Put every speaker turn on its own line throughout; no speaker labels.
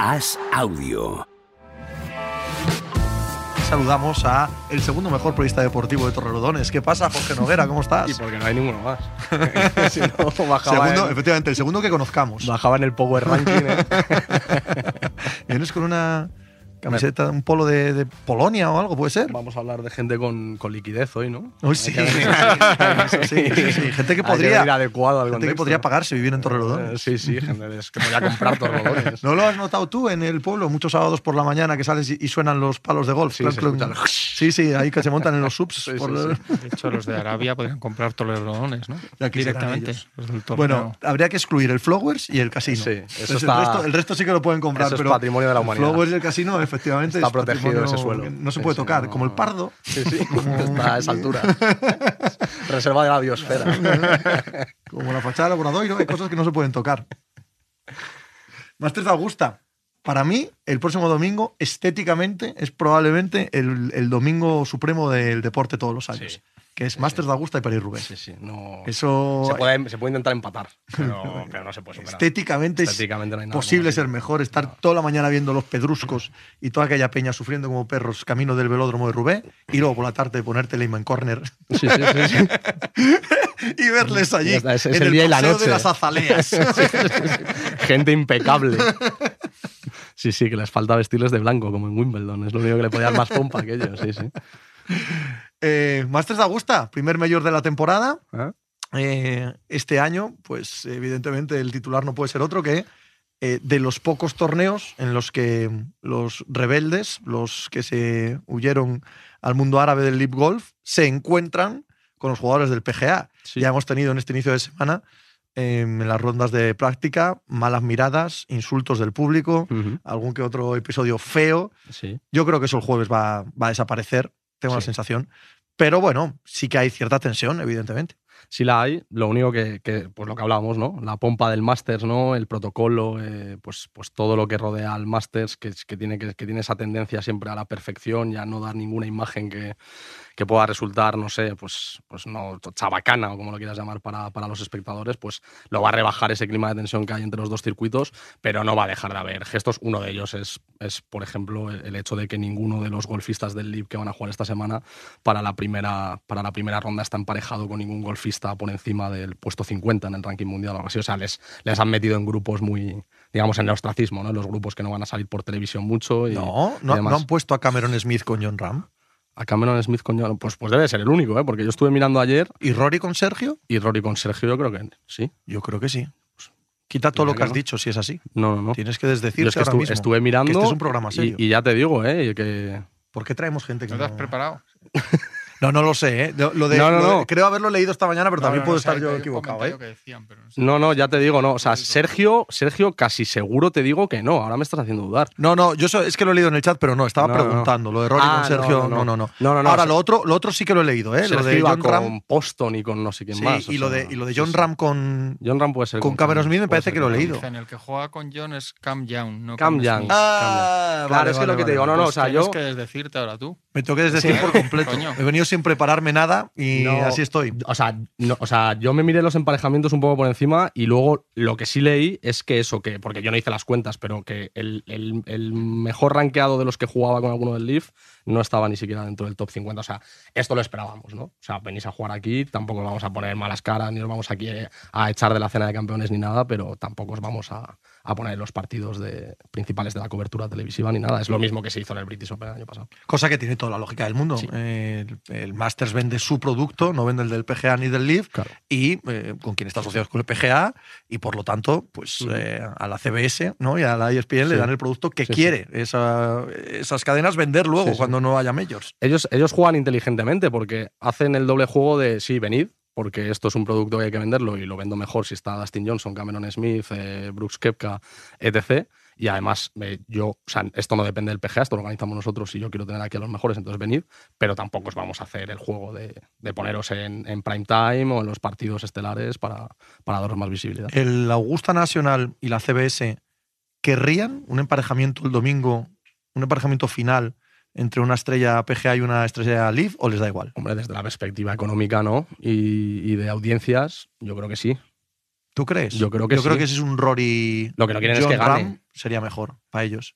As Audio.
Saludamos a el segundo mejor periodista deportivo de Torrelodones. ¿Qué pasa, Jorge Noguera? ¿Cómo estás?
Y porque no hay ninguno más. si no, bajaba,
Segundo,
en,
efectivamente, el segundo que conozcamos.
bajaba en el Power Ranking. ¿eh?
Vienes con una camiseta, un polo de, de Polonia o algo, ¿puede ser?
Vamos a hablar de gente con, con liquidez hoy, ¿no?
Uy, sí.
Hay que venir-
Eso sí, sí, sí. Gente que
hay
podría,
venir adecuado al
gente que
contexto.
podría pagarse vivir en Torrelodones.
Eh, Sí, sí, gente de- es que podría comprar torrelodones.
¿No lo has notado tú en el pueblo? Muchos sábados por la mañana que sales y- y suenan los palos de golf.
Sí,
Clon,
se
clon.
escucha el
sí, sí, ahí que se montan en los subs.
Sí,
por
sí,
la-
sí.
De hecho, los de Arabia podrían comprar toledones, ¿no?
Ya quisieran
Directamente.
ellos.
los del torneo.
Bueno, habría que excluir el Flowers y el casino.
Sí, eso
Entonces,
está-
el, resto, el resto sí que lo pueden comprar.
eso es
pero
patrimonio de la humanidad.
El Flowers y el casino, efectivamente.
Está
es
protegido
patrimonio
ese suelo.
que No se
Sí,
puede
sí,
tocar,
no.
como el pardo.
Sí, sí, está a esa altura. Reserva de la biosfera.
Como la fachada del Obradoiro, hay cosas que no se pueden tocar. Máster de Augusta. Para mí, el próximo domingo, estéticamente, es probablemente el, el domingo supremo del deporte todos los años.
Sí.
Que es Máster de Augusta y París-Roubaix.
Sí, sí, no.
Eso
Se puede, se puede intentar empatar, pero, pero no se puede superar.
estéticamente, es
Estéticamente no hay nada
posible
como
ser
así.
mejor. Estar toda la mañana viendo los pedruscos y toda aquella peña sufriendo como perros camino del velódromo de Roubaix y luego por la tarde ponerte Lehman Corner
Sí, sí, sí, sí.
y verles allí
Ya está, es- es
en
el
el,
día y la
paseo
noche.
de las azaleas.
Gente impecable. Sí, sí, que les falta vestirles de blanco, como en Wimbledon. Es lo único que le podía dar más pompa a aquellos, sí, sí.
Eh, Masters de Augusta, primer mayor de la temporada.
¿Ah?
Eh, este año, pues evidentemente el titular no puede ser otro que eh, de los pocos torneos en los que los rebeldes, los que se huyeron al mundo árabe del Leap Golf, se encuentran con los jugadores del PGA.
Sí.
Ya hemos tenido en este inicio de semana, eh, en las rondas de práctica, malas miradas, insultos del público,
Ujú,
algún que otro episodio feo.
sí.
Yo creo que eso el jueves va, va a desaparecer, tengo la
Sí.
sensación. Pero bueno, sí que hay cierta tensión, evidentemente.
Sí la hay, lo único que, que, pues lo que hablábamos, ¿no? La pompa del Masters, ¿no? El protocolo, eh, pues, pues todo lo que rodea al Masters, que, es- que, tiene, que, que tiene esa tendencia siempre a la perfección y a no dar ninguna imagen que, que pueda resultar, no sé, pues, pues no, chabacana o como lo quieras llamar para, para los espectadores, pues lo va a rebajar ese clima de tensión que hay entre los dos circuitos, pero no va a dejar de haber gestos. Uno de ellos es, es por ejemplo, e, el el hecho de que ninguno de los golfistas del LIB que van a jugar esta semana para la primera, para la primera ronda está emparejado con ningún golfista por encima del puesto 50 en el ranking mundial o algo así. O sea, les, les han metido en grupos muy, digamos, en el ostracismo, ¿no? En los grupos que no van a salir por televisión mucho. Y,
No,
y
no,
demás.
no han puesto a Cameron Smith con John Ram.
A Cameron Smith, coño, pues, pues debe ser el único, ¿eh? Porque yo estuve mirando ayer
¿Y Rory con Sergio?
y Rory con Sergio, yo creo que sí.
Yo creo que sí. Pues, Quita todo
Mira
lo que
que
has
no.
dicho, si es así.
No, no, no.
Tienes que
Yo
desdecirte
es que
ahora
estu-
mismo.
estuve mirando.
Que este es un programa
y-
serio.
Y, ya te digo, ¿eh? Que,
¿Por qué traemos gente que
¿No te has
no...
preparado?
No, no lo sé. ¿eh? Lo lo de,
No, no,
lo de-
no.
Creo haberlo leído esta mañana, pero
No,
también
no, no,
puedo
o sea,
estar
hay
yo
un
equivocado.
comentario
¿eh?
que decían, pero no sé.
no, no, ya te digo, no. O sea, Sergio, Sergio, casi seguro te digo que no. Ahora me estás haciendo dudar.
No, no, yo so- es que lo he leído en el chat, pero no, estaba
No, no.
preguntando. Lo de Rory
Ah,
con Sergio, no,
no, no,
no,
no.
no.
No, no, no,
Ahora,
se-
lo otro, lo otro sí que lo he leído, ¿eh? Lo
Sergio
de
iba
John
con
Ram.
Poston y con no sé quién
Sí,
más. o
y, lo
sea,
de, y lo de
sí,
John
sí.
Ram con.
John Ram puede ser.
con Cameron Smith me
puede
parece
ser
que lo he leído.
Dicen, el que juega con John es Cam Young, no
Cam
Cam
Young.
Smith.
Ah, Claro, es que lo que te digo, no, no, o
Pues
sea,
tienes
yo.
que desdecirte ahora tú.
Me tengo que desdecir
Sí.
por completo.
Coño.
He venido sin prepararme nada y
No.
así estoy.
O sea, no- o sea, yo me miré los emparejamientos un poco por encima y luego lo que sí leí es que eso, que porque yo no hice las cuentas, pero que el, el- el mejor rankeado de los que jugaba con alguno del Leaf no estaba ni siquiera dentro del top 50. O sea, esto lo esperábamos, ¿no? O sea, venís a jugar aquí, tampoco os vamos a poner malas caras, ni os vamos aquí eh, a echar de la cena de campeones ni nada, pero tampoco os vamos a, a poner en los partidos de, principales de la cobertura televisiva ni nada. Es lo mismo que se hizo en el British Open el año pasado.
Cosa que tiene toda la lógica del mundo.
Sí.
Eh, el, el Masters vende su producto, no vende el del PGA ni del Leaf,
Claro.
y eh, con quien está asociado es con el PGA, y por lo tanto, pues
Ujú.
eh, a la CBS ¿no? y a la E ESPN le
Sí.
dan el producto que
Sí, sí.
quiere esa- esas cadenas vender luego
Sí, sí.
cuando no haya majors.
ellos, ellos juegan inteligentemente porque hacen el doble juego de sí, venid, porque esto es un producto que hay que venderlo y lo vendo mejor si está Dustin Johnson, Cameron Smith, eh, Brooks Kepka, etc. Y además, eh, yo, o sea, esto no depende del PGA, esto lo organizamos nosotros y yo quiero tener aquí a los mejores, entonces venid, pero tampoco os vamos a hacer el juego de, de poneros en, en prime time o en los partidos estelares para, para daros más visibilidad.
el Augusta Nacional y la CBS querrían un emparejamiento el domingo, un emparejamiento final entre una estrella PGA y una estrella Leaf o les da igual?
Hombre, desde la perspectiva económica, ¿no? Y, y de audiencias, yo creo que sí.
¿Tú crees?
Yo creo que
Yo creo
sí.
que ese es un Rory.
Lo que no quieren es
John
que gane.
Ram sería mejor para ellos.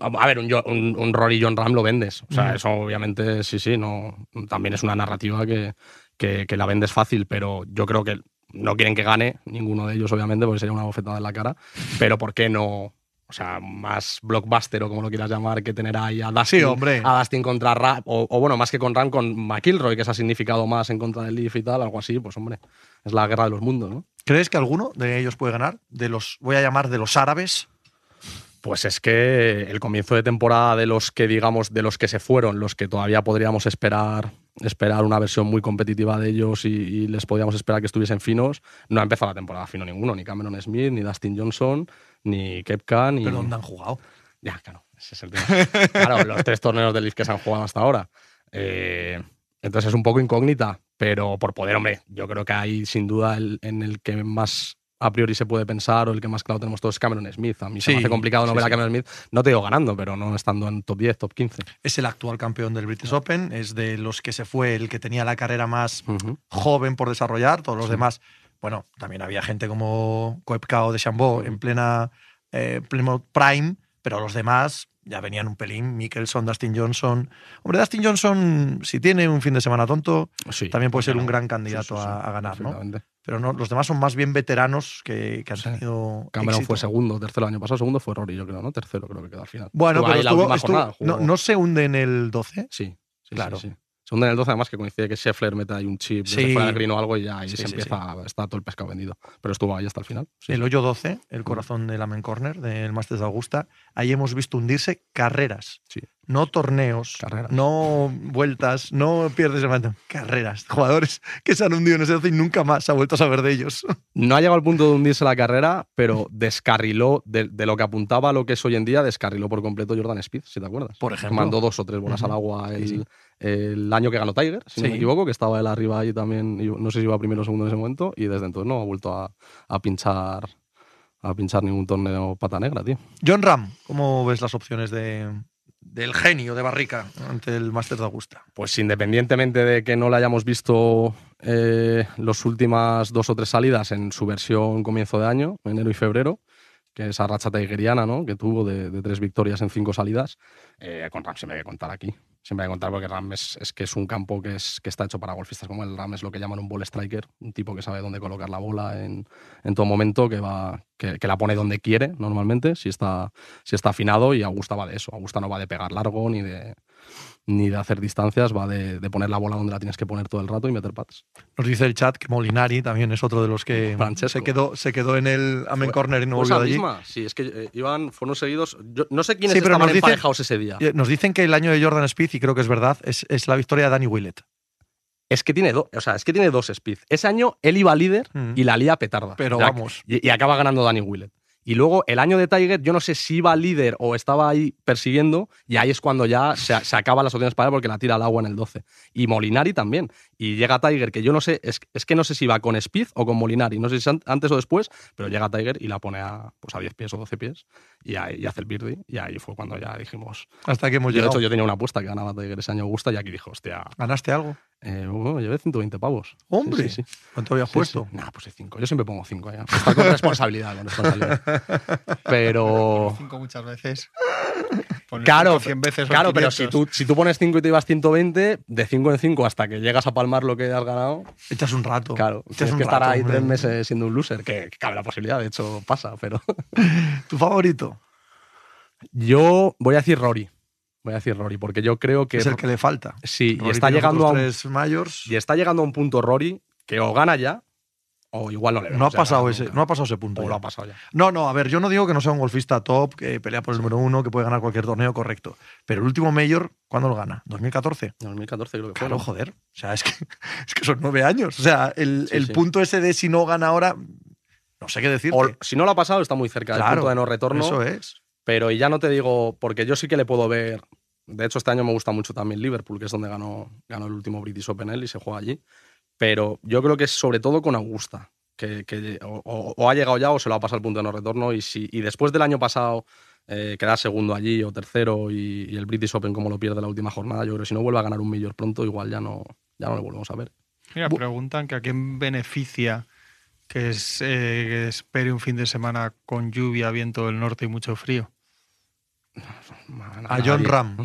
A ver, un, Jo- un, un Rory John Ram lo vendes. O sea,
Mm.
eso obviamente sí, sí, no. También es una narrativa que, que- que la vendes fácil, pero yo creo que no quieren que gane ninguno de ellos, obviamente, porque sería una bofetada en la cara. Pero ¿por qué no? O sea, más blockbuster o como lo quieras llamar, que tener ahí a Dustin,
Sí, hombre.
a Dustin contra Ram, o, o bueno, más que con Ram, con McIlroy, que se ha significado más en contra del Leaf y tal, algo así, pues hombre, es la guerra de los mundos, ¿no?
¿Crees que alguno de ellos puede ganar? De los, voy a llamar de los árabes.
Pues es que el comienzo de temporada de los que, digamos, de los que se fueron, los que todavía podríamos esperar, esperar una versión muy competitiva de ellos y, y les podíamos esperar que estuviesen finos, no ha empezado la temporada fino ninguno, ni Cameron Smith, ni Dustin Johnson, ni Kepka, ni.
Pero ¿dónde han jugado?
Ya, claro, ese es el tema. claro, los tres torneos de Leaf que se han jugado hasta ahora. Eh, entonces es un poco incógnita, pero por poder, hombre, yo creo que ahí sin duda el- en el que más a priori se puede pensar o el que más claro tenemos todos es Cameron Smith. A mí se me
Sí,
hace complicado no
sí,
ver a
sí.
Cameron Smith, no te digo ganando, pero no estando en top 10, top 15.
Es el actual campeón del
Ah.
British Open, es de los que se fue el que tenía la carrera más
Ujú.
joven por desarrollar, todos los
Sí.
demás. Bueno, también había gente como Koepka o Deschambault en plena eh, pleno prime, pero los demás ya venían un pelín. Mickelson, Dustin Johnson. Hombre, Dustin Johnson, si tiene un fin de semana tonto,
Sí,
también puede
¿por qué
ser un
no?
gran
Sí,
candidato
sí, sí,
A, a ganar, ¿no?
perfectamente.
Pero no, los demás son más bien veteranos que, que han
Sí.
tenido.
Cameron
éxito.
fue segundo, tercero el año pasado, segundo fue Rory, yo creo, ¿no? Tercero creo que quedó al final.
Bueno,
Estuvo
pero
ahí la
estuvo-
última
estuvo-
jornada,
no,
jugó-
no se hunde en el 12.
Sí, sí, sí,
Claro.
sí, sí. Se hunde en el 12, además que coincide que Scheffler mete ahí un chip desde
Sí.
fuera del green o algo y ya ahí
Sí,
se
sí,
empieza, está todo el pescado vendido. Pero estuvo ahí hasta el final. sí.
El hoyo 12, el corazón del Amen Corner, del Masters de Augusta, ahí hemos visto hundirse carreras,
Sí.
no torneos,
Carreras.
no vueltas, no pierdes el mando, carreras, jugadores que se han hundido en ese 12 y nunca más se ha vuelto a saber de ellos.
No ha llegado al punto de hundirse la carrera, pero descarriló de, de lo que apuntaba a lo que es hoy en día, descarriló por completo Jordan Speed, si te acuerdas.
Por ejemplo.
Mandó dos o tres bolas al
Ujú.
agua el,
Sí, sí.
el año que ganó Tiger, si no
Sí.
me equivoco, que estaba él arriba ahí también, y no sé si iba primero o segundo en ese momento, y desde entonces no ha vuelto a, a pinchar a pinchar ningún torneo pata negra, tío.
John Ram, ¿cómo ves las opciones de, del genio de Barrica ante el Masters de Augusta?
Pues independientemente de que no la hayamos visto eh, las últimas dos o tres salidas en su versión comienzo de año, enero y febrero, que esa racha tigeriana ¿no? que tuvo de, de tres victorias en cinco salidas, eh, con Ram siempre hay que contar aquí. Siempre hay que contar porque Ram es, es que es un campo que, es, que está hecho para golfistas como el Ram es lo que llaman un ball striker, un tipo que sabe dónde colocar la bola en, en todo momento, que, va, que, que la pone donde quiere normalmente, si está, si está afinado y Augusta va de eso. Augusta no va de pegar largo ni de, ni de hacer distancias, va de, de poner la bola donde la tienes que poner todo el rato y meter pads.
Nos dice el chat que Molinari también es otro de los que
Francesco.
se quedó, se quedó en el Amen
Fue-
Corner y no
Pues
volvió de allí.
misma, sí, es que eh, iban, fueron seguidos. yo- no sé quiénes
Sí, pero
estaban
nos dicen-
emparejados ese día.
Eh, Nos dicen que el año de Jordan Spieth, y creo que es verdad, es, es la victoria de Danny Willett.
Es que tiene dos, o sea, es que tiene dos speeds. Ese año él iba líder
Mm.
y la lía petarda.
Pero
O sea,
vamos.
Y, y acaba ganando Danny Willett. Y luego el año de Tiger, yo no sé si iba líder o estaba ahí persiguiendo, y ahí es cuando ya se, se acaban las opciones para él porque la tira al agua en el 12. Y Molinari también. Y llega Tiger, que yo no sé, es, es que no sé si va con Speed o con Molinari, no sé si es an- antes o después, pero llega Tiger y la pone a, pues a 10 pies o 12 pies, y, ahí, y hace el birdie, y ahí fue cuando ya dijimos.
Hasta que hemos
Yo, de
llegado.
hecho, yo tenía una apuesta que ganaba Tiger ese año Augusta, y aquí dijo, hostia,
¿Ganaste algo?
eh, bueno, llevé 120 pavos. Sí,
¡Hombre!
sí, sí.
¿Cuánto habías
Sí,
puesto?
sí. Nah, pues 5. Yo siempre pongo 5 ya. Está con responsabilidad, con responsabilidad. Pero.
Cinco muchas veces. Poner
Oh. Claro,
cinco cien veces o
claro pero si
500.
tú, si tú pones 5 y te ibas 120, de 5 en 5 hasta que llegas a palmar lo que has ganado,
Echas un rato.
claro,
Echas
tienes
un
que estar
rato,
ahí
hombre.
3 meses siendo un loser, que que cabe la posibilidad, de hecho pasa, pero.
¿Tu favorito?
Yo voy a decir Rory. Voy a decir Rory, porque yo creo que.
es el que le falta.
Sí, y
Rory
está
tiene
llegando
otros
a un
tres mayors.
Y está llegando a un punto Rory que o gana ya o igual no le
No ha,
vemos ya
pasado
ganar
ese,
nunca.
no ha pasado ese punto.
O
ya.
lo ha pasado ya.
No, no, a ver, yo no digo que no sea un golfista top, que pelea por el número uno, que puede ganar cualquier torneo, correcto. Pero el último mayor, ¿cuándo lo gana? ¿2014?
2014 creo que fue.
Claro,
¿no?
joder. O sea, es que, es que son nueve años. O sea, el,
Sí,
el
sí.
punto ese de si no gana ahora, no sé qué decirte.
O, si no lo ha pasado, está muy cerca del punto de no retorno.
Eso es.
Pero y ya no te digo, porque yo sí que le puedo ver. De hecho, este año me gusta mucho también Liverpool, que es donde ganó, ganó el último British Open él y se juega allí. Pero yo creo que es sobre todo con Augusta, que, que o, o- o ha llegado ya o se lo ha pasado el punto de no retorno. Y, si, y después del año pasado eh, quedar segundo allí o tercero y, y el British Open como lo pierde la última jornada, yo creo que si no vuelve a ganar un millón pronto, igual ya no, ya no le volvemos a ver.
Mira, preguntan que a quién beneficia que, es, eh, que espere un fin de semana con lluvia, viento del norte y mucho frío.
Man,
A John
nadie.
Ram.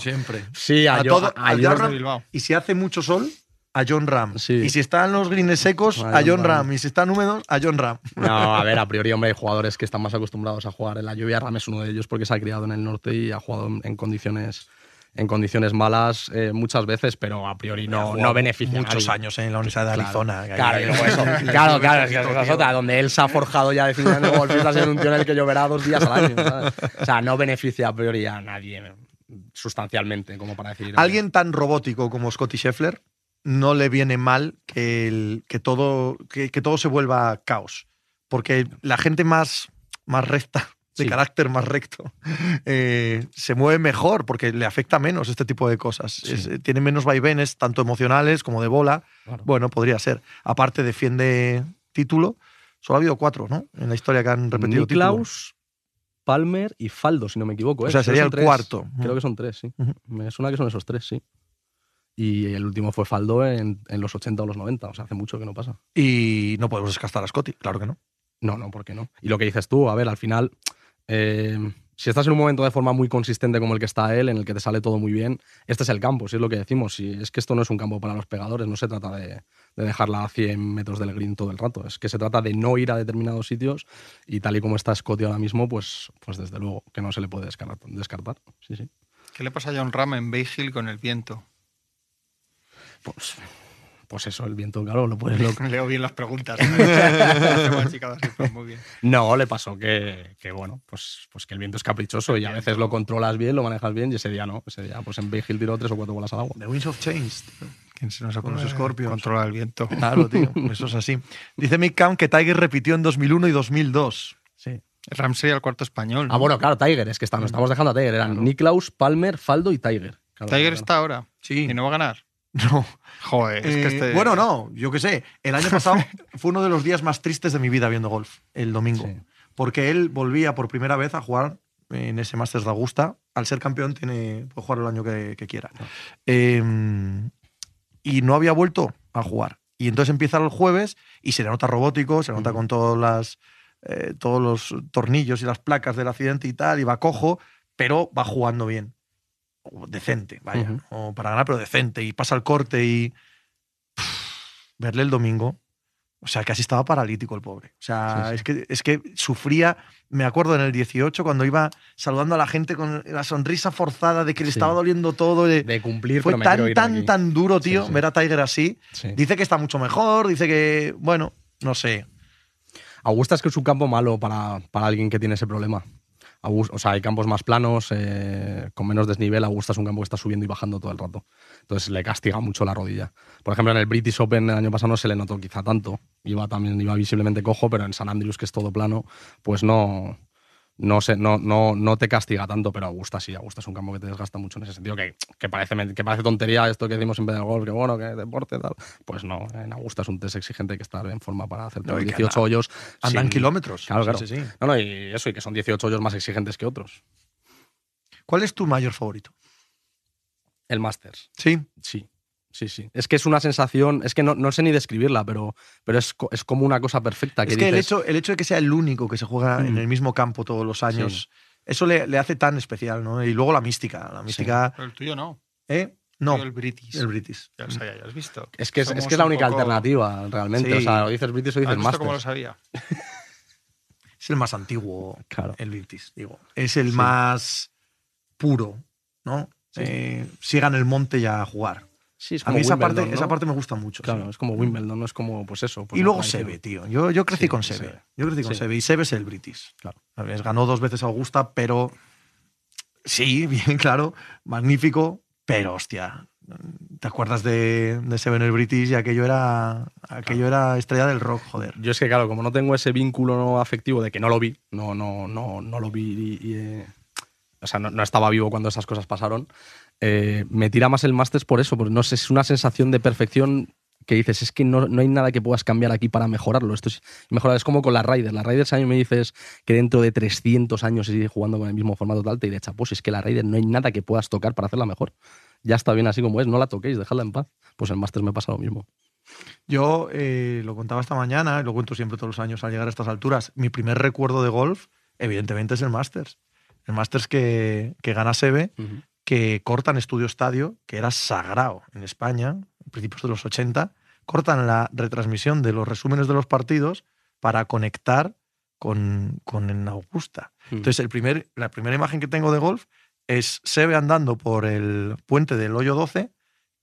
Siempre.
Sí, a,
A
John-
todo- a
a John
John
De
Ram.
Bilbao.
Y si hace mucho sol, a John Ram.
Sí.
Y si están los greens secos,
A
a John,
John
Ram.
Ram.
Y si están húmedos, a John Ram.
No, a ver, a priori, hombre, hay jugadores que están más acostumbrados a jugar en la lluvia. Ram es uno de ellos porque se ha criado en el norte y ha jugado en- en condiciones, en condiciones malas eh, muchas veces, pero a priori no, no beneficia. a
Muchos
nadie.
años en la Universidad de
Claro.
Arizona. que ahí-
Claro, y luego eso. claro, claro, es que esa es otra, donde él se ha forjado ya definiendo golfistas en un tío en el que lloverá dos días al año. ¿sabes? O sea, no beneficia a priori a nadie sustancialmente, como para decir. eh,
Alguien tan robótico como Scotty Scheffler no le viene mal que, el- que todo, que, que todo se vuelva caos. Porque la gente más, más recta, de
Sí.
carácter más recto, eh, se mueve mejor porque le afecta menos este tipo de cosas.
Sí.
Es- eh, tiene menos vaivenes, tanto emocionales como de bola.
Claro.
Bueno, podría ser. Aparte, defiende título. Solo ha habido cuatro, ¿no? En la historia que han repetido título.
Klaus, Palmer y Faldo, si no me equivoco.
O
¿eh?
sea,
Creo que
sería
son
el
tres.
cuarto.
Creo que son tres, sí.
Ujú.
Me suena que son esos tres, sí. Y el último fue Faldo en, en los 80 o los 90, o sea, hace mucho que no pasa.
Y no podemos descartar a Scotty, claro que no.
No, no, ¿por qué no? Y lo que dices tú, a ver, al final, eh, si estás en un momento de forma muy consistente como el que está él, en el que te sale todo muy bien, este es el campo, si es lo que decimos. Si es que esto no es un campo para los pegadores, no se trata de, de dejarla a 100 metros del green todo el rato, es que se trata de no ir a determinados sitios y tal y como está Scotty ahora mismo, pues, pues desde luego que no se le puede descartar. descartar. Sí, sí.
¿Qué le pasa a John Ram en Bay Hill con el viento?
Pues, pues eso, el viento, claro, lo puedes, lo-
Leo bien las preguntas. ¿eh? Las tengo achicadas, pero pues, muy bien.
No, le pasó que, que, bueno, pues, pues que el viento es caprichoso y a veces lo controlas bien, lo manejas bien y ese día no. Ese día, pues en Bay Hill tiró tres o cuatro bolas al agua.
The Winds of Change.
¿Quién se nos ha
Con los
podido
Scorpions.
Controlar el viento.
Claro, tío, eso es así. Dice Mick Camp que Tiger repitió en 2001 y 2002.
Sí.
Ram sería el cuarto español.
Ah, bueno, claro, Tiger, es que está- nos estamos dejando a Tiger. Eran Niklaus, Palmer, Faldo y Tiger. Claro,
Tiger
claro.
está ahora
Sí.
y no va a ganar.
No.
Joder, es
Eh,
que este...
Bueno, no, yo qué sé. El año pasado fue uno de los días más tristes de mi vida viendo golf, el domingo.
Sí.
Porque él volvía por primera vez a jugar en ese Masters de Augusta. Al ser campeón, tiene, puede jugar el año que, que quiera. Eh, y no había vuelto a jugar. Y entonces empieza el jueves y se le nota robótico, se le nota con todas las, eh, todos los tornillos y las placas del accidente y tal, y va cojo, pero va jugando bien. O Decente, vaya.
Ujú.
O para ganar, pero decente. Y pasa el corte y. Pff, verle el domingo. O sea, casi estaba paralítico el pobre. O sea,
Sí, sí.
Es, que, es que sufría. Me acuerdo en el 18 cuando iba saludando a la gente con la sonrisa forzada de que le
Sí.
estaba doliendo todo. de-
De cumplir,
fue
pero me quiero
tan,
ir
tan,
de aquí.
tan duro,
Sí,
tío,
sí.
ver a Tiger así.
Sí.
Dice que está mucho mejor, dice que, bueno, no sé.
Augusta es que es un campo malo para, para alguien que tiene ese problema. Augus- o sea, hay campos más planos, eh, con menos desnivel. Augusta es un campo que está subiendo y bajando todo el rato. Entonces le castiga mucho la rodilla. Por ejemplo, en el British Open el año pasado no se le notó quizá tanto. Iba también iba visiblemente cojo, pero en San Andrews, que es todo plano, pues no. No, sé, no, no, no te castiga tanto, pero Augusta sí, Augusta es un campo que te desgasta mucho en ese sentido, que, que parece, men- que parece tontería esto que decimos en vez del golf, que bueno, que deporte, tal. Pues no, en Augusta es un test exigente que estar en forma para hacer
No, y que
18
anda-
hoyos.
Andan
sin-
kilómetros.
Claro,
Sí, sí,
claro.
sí.
No, no, y eso, y que son 18 hoyos más exigentes que otros.
¿Cuál es tu mayor favorito?
El Masters.
Sí.
Sí, sí, sí. Es que es una sensación, es que no, no sé ni describirla, pero, pero es, co- es como una cosa perfecta. Que
Es que el
dices,
hecho, el hecho de que sea el único que se juega en
Mm.
el mismo campo todos los años, eso le, le hace tan especial, ¿no? Y luego la mística. La mística.
Pero el tuyo no.
¿Eh? No,
Yo el British.
el British.
Ya lo sabía, ya lo has visto.
es que es, es
Somos
que es la
un
única
poco-
alternativa, realmente.
Sí.
O sea, o dices British o
¿Has
dices
visto cómo lo
Masters.
sabía?
Es el más antiguo,
Claro.
el British, digo. Es el más puro, ¿no? Eh, sigan el monte ya a jugar.
Sí, es
A
como
mí esa
Wimbledon,
parte,
¿no?
esa parte me gusta mucho.
Claro,
sí.
es como Wimbledon, no es como, pues eso. pues
y
la
luego
tradición.
Sebe, tío. Yo, yo crecí
Sí,
con
sí,
Sebe.
Sebe.
Yo crecí con
Sí.
Sebe. Y Sebe es el British.
Claro.
A ver, ganó dos veces Augusta, pero. Sí, bien, claro. Magnífico, pero hostia. ¿Te acuerdas de, de Sebe en el British? Y aquello era, aquello era estrella del rock, joder.
Yo es que, claro, como no tengo ese vínculo no afectivo de que no lo vi, no, no, no, no lo vi y, y, eh, o sea, no, no estaba vivo cuando esas cosas pasaron, eh, me tira más el máster por eso, porque no sé, es una sensación de perfección que dices, es que no, no hay nada que puedas cambiar aquí para mejorarlo. Esto es, mejorar, es como con las Raiders. Las Raiders a mí me dices que dentro de 300 años se sigue jugando con el mismo formato tal, te diré, chapo, si es que la Raider no hay nada que puedas tocar para hacerla mejor. Ya está bien así como es, no la toquéis, dejadla en paz. Pues el máster me pasa lo mismo.
Yo eh, lo contaba esta mañana, y lo cuento siempre todos los años al llegar a estas alturas. Mi primer recuerdo de golf, evidentemente, es el Masters. El Masters que, que gana Seve,
Ujú.
que cortan Estudio Estadio, que era sagrado en España, a principios de los 80, cortan la retransmisión de los resúmenes de los partidos para conectar con, con en Augusta.
Mm.
Entonces, el primer, la primera imagen que tengo de golf es Seve andando por el puente del hoyo 12,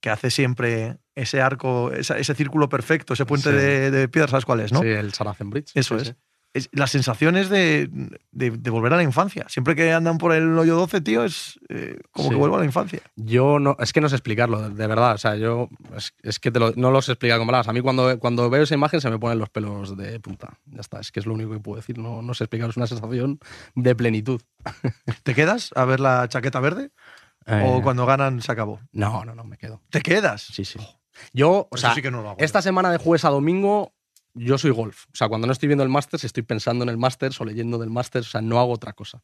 que hace siempre ese arco, esa- ese círculo perfecto, ese puente
Sí.
de, de piedras, ¿sabes cuál es? ¿no?
Sí, el Saracen Bridge.
Eso
Sí,
es.
sí.
Es- Las sensaciones de, de- de volver a la infancia. Siempre que andan por el hoyo 12, tío, es eh, como
Sí.
que vuelvo a la infancia.
Yo no, es que no sé explicarlo, de, de verdad. O sea, yo es, es que te lo- no los explica con palabras. A mí cuando, cuando veo esa imagen se me ponen los pelos de punta. Ya está, es que es lo único que puedo decir. No, no sé explicarlo, es una sensación de plenitud.
¿Te quedas a ver la chaqueta verde?
Eh,
¿O cuando ganan se acabó?
No, no, no, me quedo.
¿Te quedas?
Sí, sí. Yo, o
Eso
sea,
sí que no lo hago.
esta semana de jueves a domingo yo soy golf. O sea, cuando no estoy viendo el Masters, estoy pensando en el Masters o leyendo del Masters. O sea, no hago otra cosa.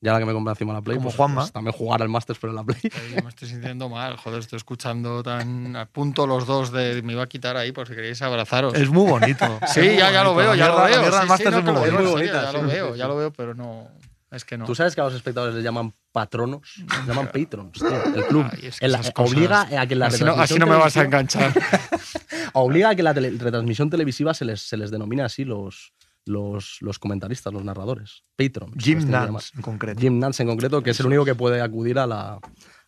Ya la que me compré encima la Play,
Como
pues,
Juanma.
pues, también jugar al Masters, pero en la Play.
Ay, yo me estoy sintiendo mal, joder, estoy escuchando tan a punto los dos de me iba a quitar ahí por si queréis abrazaros.
Es muy bonito. Es
Sí,
muy
ya, ya lo
bonito.
veo,
La
ya lo
mierda- la
veo.
mierda
Sí,
del
sí,
Masters
no,
es muy
te lo digo
bonita.
en
Es muy
serio,
bonita,
Ya lo
sí.
veo, ya lo veo, pero no. Es que no.
Tú sabes que a los espectadores les llaman patronos, les llaman patrons, tío, el club.
Ay, es que
El-
esas cosas-
obliga a que la
Así no,
retransmisión
así no me vas a
televisiva-
enganchar.
obliga a que la tele- retransmisión televisiva se les, se les denomina así los, los, los comentaristas, los narradores, patrons. los
Jim
tienen
Este
que
Nance, en concreto.
llamar. Jim Nance en concreto, que es el único que puede acudir a la, a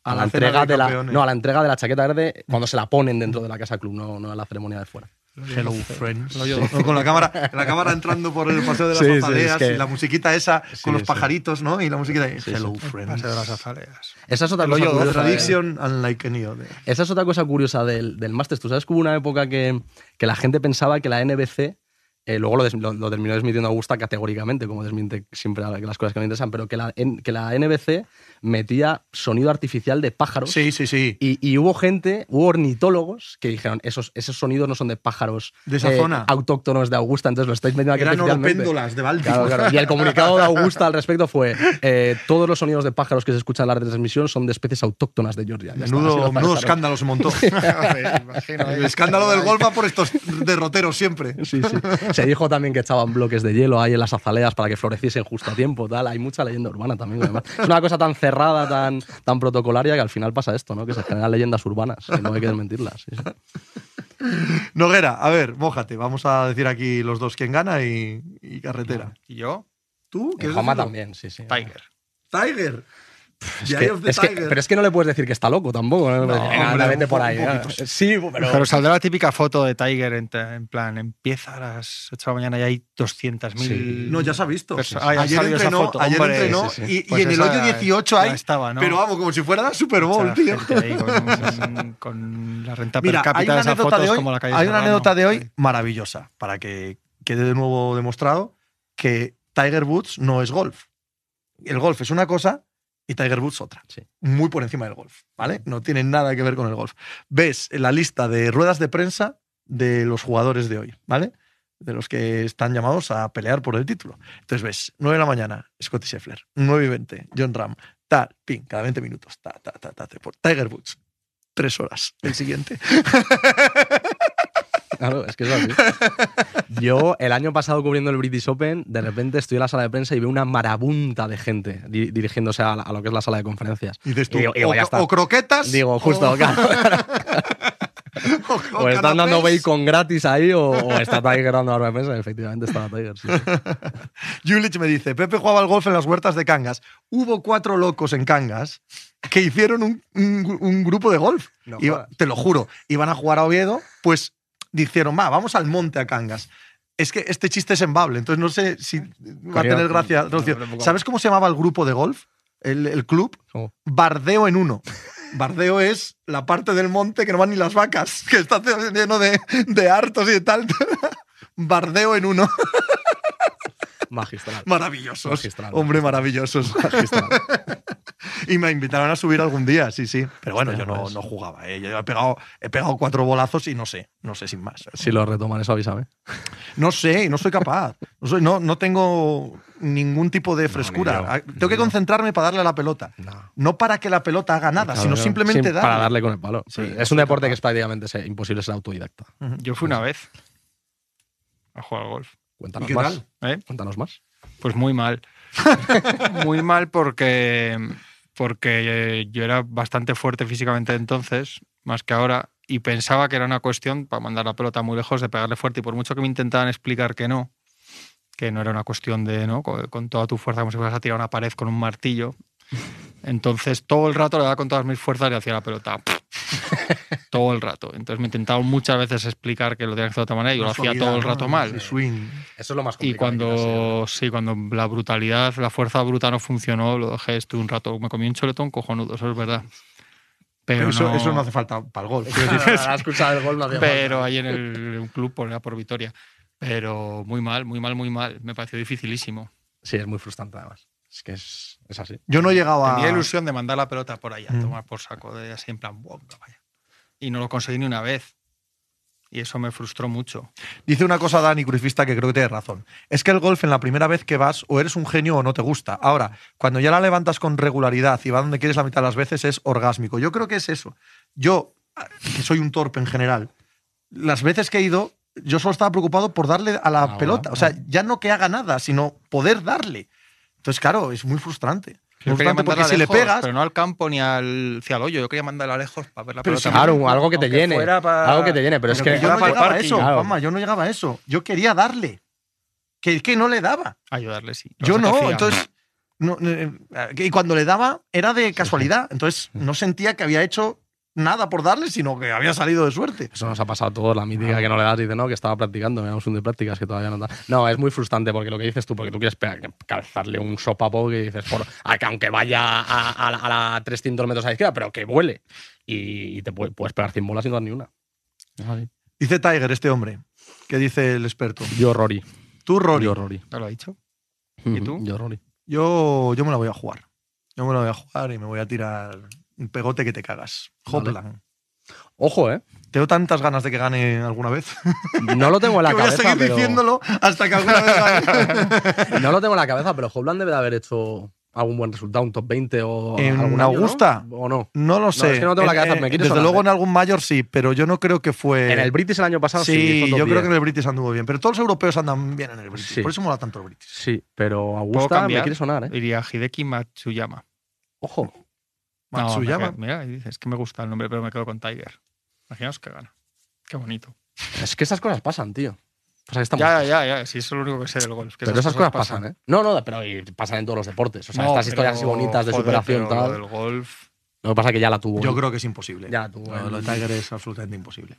A
la
la cena
entrega
de
de la
campeones.
no, a la entrega de la chaqueta verde cuando se la ponen dentro de la casa club, no, no a la ceremonia de fuera.
Hello, friends.
Lo yo-
O con la cámara, la cámara entrando por el paseo de las
Sí, sí,
azaleas
es que-
y la musiquita esa
Sí,
con los
sí.
pajaritos, ¿no? Y la musiquita de
Sí,
Hello,
sí.
friends.
Paseo de las azaleas.
Esa es otra
Lo
cosa
yo-
curiosa de-
Tradition unlike any other.
Esa es otra cosa curiosa del, del Masters. Tú sabes que hubo una época que, que la gente pensaba que la NBC, eh, luego lo, des- lo- lo terminó desmintiendo Augusta categóricamente, como desmiente siempre a- las cosas que no interesan, pero que la, en- que la NBC metía sonido artificial de pájaros.
Sí, sí, sí.
Y, y hubo gente, hubo ornitólogos que dijeron, esos, esos sonidos no son de pájaros eh,
De esa zona.
autóctonos de Augusta, entonces lo estáis metiendo aquí
Eran
artificialmente".
oropéndolas de Báltico.
Ah, Claro, claro. Y el comunicado de Augusta al respecto fue: eh, todos los sonidos de pájaros que se escuchan en la retransmisión son de especies autóctonas de Georgia. Ya está, así lo
Menudo, menudo
pasaron.
escándalo se montó.
Me imagino,
El
¿eh?
escándalo del golf va por estos derroteros siempre.
Sí, sí. Se dijo también que echaban bloques de hielo ahí en las azaleas para que floreciesen justo a tiempo, tal. Hay mucha leyenda urbana también, además. Es una cosa tan cerrada, tan, tan protocolaria, que al final pasa esto, ¿no? Que se generan leyendas urbanas, que no hay que desmentirlas. sí, sí.
Noguera, a ver, mójate. Vamos a decir aquí los dos quién gana y, y carretera.
¿Y yo?
¿Tú?
Y
¿Quieres
Juanma
decirlo?
también, sí, sí.
Tiger.
Tiger.
Es
The
que-
Eye of the
es que-
Tiger.
pero es que no le puedes decir que está loco tampoco. No, Venga,
hombre,
anda,
un
vete por
po-
ahí.
un
¿eh?
poquito.
Sí, pero.
Pero saldrá la típica foto de Tiger en, en plan, empieza a las 8 de la mañana y hay 200.000.
Sí.
No, ya se ha visto. Sí,
Perso- Ah, ya
ayer
salió esa
entrenó,
foto,
ayer
hombre.
entrenó
Sí,
y, y
Pues
en el
esa
hoyo 18
ya
hay.
estaba, ¿no?
Pero vamos, como si fuera la Super Bowl,
Mucha
tío.
gente ahí con, con la renta
Mira,
per
hay
cápita
una
de esas
anécdota
fotos
de hoy,
como la calle
hay una
Serrano.
anécdota de hoy maravillosa para que quede de nuevo demostrado que Tiger Woods no es golf. El golf es una cosa y Tiger Woods otra.
Sí.
Muy por encima del golf, ¿vale? No tiene nada que ver con el golf. Ves la lista de ruedas de prensa de los jugadores de hoy, ¿vale? De los que están llamados a pelear por el título. Entonces ves, 9 de la mañana, Scotty Scheffler, 9 y 20, John Ram, tal, ping, cada 20 minutos, ta, ta, ta, ta, por Tiger Woods, tres horas, el siguiente.
Claro, es que es así. Yo, el año pasado cubriendo el British Open, de repente estoy en la sala de prensa y veo una marabunta de gente di- dirigiéndose a, la- a lo que es la sala de conferencias.
Y dices tú,
Digo, digo,
o,
ya está.
o croquetas.
Digo, justo,
o-
claro,
o-
o,
o
están dando
canapés.
bacon gratis ahí o, o está Tiger dando la rueda de prensa. Efectivamente, está Tiger. sí, sí.
Julich me dice: Pepe jugaba al golf en las huertas de Cangas. Hubo cuatro locos en Cangas que hicieron un, un- un grupo de golf.
No
Iba-
jodas.
te lo juro. Iban a jugar a Oviedo, pues dijeron: Va, vamos al monte a Cangas. Es que este chiste es embable, entonces no sé si va a
Coño,
tener gracia.
no,
Rocío.
no, no, no.
¿Sabes cómo se llamaba el grupo de golf? El, el club.
¿Cómo?
Bardeo en uno. Bardeo es la parte del monte que no van ni las vacas, que está lleno de, de hartos y de tal. Bardeo en uno.
Magistral.
Maravillosos.
Magistral.
Hombre, maravillosos.
Magistral.
y me invitaron a subir algún día, sí, sí. Pero bueno,
Hostia,
yo no,
pues.
no jugaba. ¿eh? Yo he pegado, he pegado cuatro bolazos y no sé, no sé sin más.
Si lo retoman, eso avísame.
No sé, no soy capaz. No, soy- no, no tengo ningún tipo de frescura.
yo,
Ah,
ni
Tengo que
yo.
concentrarme para darle a la pelota.
No.
No para que la pelota haga nada, sino
Claro,
simplemente
sí,
darle.
Para darle con el palo.
Sí,
es un deporte que es prácticamente se- imposible ser autodidacta.
Yo fui una vez a jugar al golf.
Cuéntanos
qué
más.
tal?
¿eh?
Cuéntanos más.
Pues muy mal. muy mal porque, porque eh, yo era bastante fuerte físicamente entonces, más que ahora, y pensaba que era una cuestión para mandar la pelota muy lejos, de pegarle fuerte, y por mucho que me intentaban explicar que no, que no era una cuestión de, ¿no? Con, con toda tu fuerza, como si fueras a tirar una pared con un martillo. Entonces todo el rato le daba con todas mis fuerzas y le hacía la pelota. todo el rato. Entonces me intentaron muchas veces explicar que lo tenía que hacer de otra manera y yo lo hacía todo el rato mal.
Sí, swing.
Eso es lo más
Y cuando, sí, cuando la brutalidad, la fuerza bruta no funcionó, lo dejé estuve un rato. Me comí un choletón cojonudo, eso es verdad. Pero,
Pero eso,
no,
eso no hace falta para el golf.
"Ah, el gol no hacía
pero ahí en el club por, era por Vitoria. Pero muy mal, muy mal, muy mal. Me pareció dificilísimo.
Sí, es muy frustrante además. Es que es, es así.
Yo no llegaba.
Tenía ilusión de mandar la pelota por ahí, a
Mm.
tomar por saco, de así en plan, "Buah, vaya". Y no lo conseguí ni una vez. Y eso me frustró mucho.
Dice una cosa Dani Cruzfista que creo que tiene razón. Es que el golf en la primera vez que vas o eres un genio o no te gusta. Ahora, cuando ya la levantas con regularidad y va donde quieres la mitad de las veces es orgásmico. Yo creo que es eso. Yo, que soy un torpe en general, las veces que he ido, yo solo estaba preocupado por darle a la
Ah,
pelota. O sea, ya no que haga nada, sino poder darle. Entonces, claro, es muy frustrante.
Yo quería
Frustrante porque
mandarla
si
lejos,
le pegas,
pero no al campo ni al, hacia el hoyo. Yo quería mandarla lejos para ver la pelota.
Claro, algo que te
Aunque
llene.
fuera pa-
Algo que te llene, pero, es
Pero
que.
que yo no
para el
llegaba a
parking,
eso,
claro.
Juanma, yo no llegaba a eso. Yo quería darle. Que, que no le daba.
Ayudarle, sí. Lo
Yo
que
no,
hacía.
entonces. no, no, eh, y cuando le daba, era de casualidad. Entonces no sentía que había hecho nada por darle, sino que había salido de suerte.
Eso nos ha pasado a todos, la mítica que no le das y dice, no, que estaba practicando, veamos un de prácticas que todavía no da. No, es muy frustrante porque lo que dices tú, porque tú quieres pe- calzarle un sopapo que dices, por, a que aunque vaya a, a la- a la 300 metros a la izquierda, pero que vuele. Y, y te pu- puedes pegar 100 bolas sin dar ni una.
Dice Tiger, este hombre, que dice el experto.
Yo, Rory.
Tú, Rory,
Yo, Rory.
¿No lo ha dicho? ¿Y tú?
Yo, Rory.
yo, yo me la voy a jugar. Yo me la voy a jugar y me voy a tirar un pegote que te cagas.
Vale.
Hoplan.
Ojo, ¿eh?
Tengo tantas ganas de que gane alguna vez.
No lo tengo en la
que voy a
cabeza.
seguir
pero-
diciéndolo hasta que alguna vez gane.
No lo tengo en la cabeza, pero Hobland debe de haber hecho algún buen resultado, un top 20 o.
¿En
algún año, ¿no?
Augusta?
¿O no?
No lo sé.
es que no tengo la
En-
cabeza,
en-
me quiere
desde
sonar,
luego
¿eh?
en algún mayor sí, pero yo no creo que fue.
en el British el año pasado sí.
Eh, sí,
hizo top
yo creo
10.
que en el British anduvo bien. Pero todos los europeos andan bien en el British.
Sí.
Por eso mola tanto el British.
Sí, pero
¿Puedo
Augusta me
cambiar?
quiere sonar, ¿eh?
Iría Hideki Matsuyama.
Ojo.
No, me
Matsuyama.
quedo- mira, ahí dices, es que me gusta el nombre, pero me quedo con Tiger. Imaginaos que gana. Qué bonito.
Es que esas cosas pasan, tío. Pasa que estamos-
Ya, ya, ya. Sí, eso es lo único que sé del golf. que
pero esas cosas pasan, ¿eh? No, no, pero y pasan en todos los deportes. O sea,
No,
estas historias así
pero,
bonitas de
joder,
superación,
pero lo
tal.
del golf.
Lo que pasa es que ya la tuvo.
yo
¿no?
creo que es imposible.
Ya, tú,
Lo de
el-
lo de Tiger es absolutamente imposible.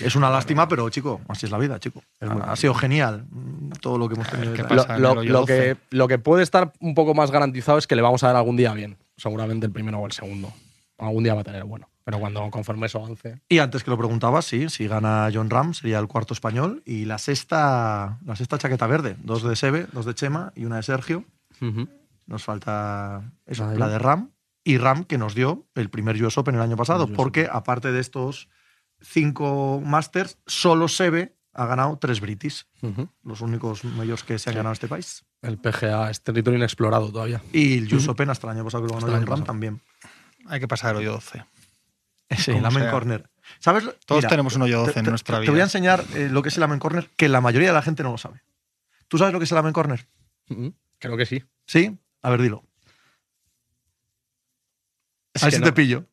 es una lástima, pero chico, así es la vida, chico.
Es muy
ha,
difícil.
sido genial mm, todo lo que hemos tenido.
ver,
de
¿qué
Tiger.
pasa?
Lo,
en
lo-
el hoyo
lo que,
12.
lo que puede estar un poco más garantizado es que le vamos a dar algún día bien. Seguramente el primero o el segundo. Algún día va a tener bueno. Pero cuando conforme eso avance.
Y antes que lo preguntaba, sí, si gana John Ram sería el cuarto español y la sexta, la sexta chaqueta verde, dos de Sebe, dos de Chema y una de Sergio. Nos falta eso,
La de
la
Ram.
de Ram y Ram que nos dio el primer US Open el año pasado,
El US
porque aparte de estos cinco Masters, solo Seve ha ganado tres British,
Ujú.
los únicos mayores que se han ganado en este país.
El PGA es territorio inexplorado todavía.
Y el US Open hasta el año pasado que lo ganó
Hasta
John
el año
Ram
pasado.
también.
Hay que pasar el hoyo 12.
Sí,
Como
la main
sea.
corner. ¿Sabes? lo-
Todos
Mira,
tenemos un hoyo
te-
12 en
te-
nuestra
Te voy a
vida.
enseñar eh, lo que es el amen corner, que la mayoría de la gente no lo sabe. ¿Tú sabes lo que es el amen corner?
Ujú. Creo que sí.
¿Sí? A ver, dilo.
Es
a ver
que
si
no.
te pillo.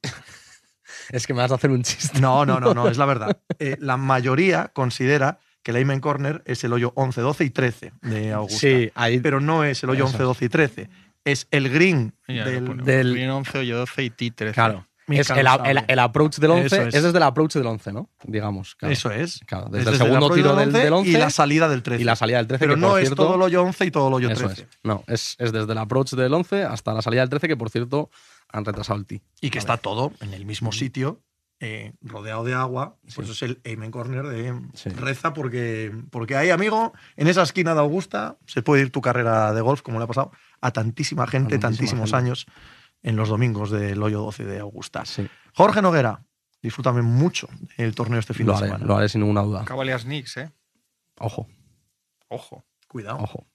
Es que me vas a hacer un chiste.
No, no, no, no, es la verdad. Eh, la mayoría considera que el amen corner es el hoyo 11, 12 y 13 de Augusta.
Sí, ahí.
Pero no es el hoyo
Eso
11, 12 y 13. Es el green
Mira, lo
del...
ponemos.
del-
Green 11, hoyo 12 y ti 13.
claro.
Mi
Es el,
cansado.
el- el approach del 11
Eso
es.
es.
desde el approach del 11, ¿no? Digamos. claro.
Eso es.
Claro,
Es
desde, el
desde
segundo
apoyo
tiro del, del 11
y la salida del 13.
y la salida del 13.
Pero
que, por
no es
cierto,
todo el hoyo 11 y todo el hoyo
eso
13.
es. No, es, es desde el approach del 11 hasta la salida del 13, que por cierto han retrasado el tee.
Y que está todo en el mismo sitio, eh, rodeado de agua. Pues
Sí.
es el Amen Corner de
Sí.
Reza, porque, porque ahí, amigo, en esa esquina de Augusta se puede ir tu carrera de golf, como le ha pasado a tantísima gente,
A tantísima
tantísimos
gente.
años. en los domingos del hoyo 12 de Augusta.
Sí,
Jorge Noguera, disfrútame mucho el torneo este fin
lo
de
haré,
semana.
lo haré sin ninguna duda.
Cavaliers Knicks, ¿eh?
Ojo,
Ojo.
Cuidado.
ojo.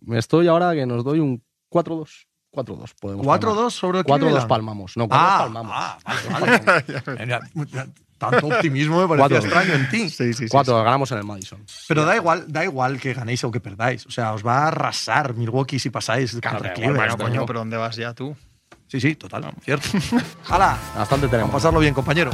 Me estoy ahora que nos doy un 4-2. 4-2 podemos.
4-2 sobre el
4-2
Cleveland.
palmamos. No, 4-2
Ah,
palmamos.
ah, vale, vale. Ah, Mira, Tanto optimismo me parecía
Cuatro.
extraño en ti.
Sí, sí,
4 ganamos en el Madison.
Pero da igual, da igual que ganéis o que perdáis. O sea, os va a arrasar Milwaukee si pasáis
Claro,
contra
da igual,
Cleveland.
Bueno,
Este
coño,
no.
pero ¿dónde vas ya tú?
Sí, sí, total, cierto. ¡Hala!
Bastante
A
tenemos.
pasarlo bien, compañero.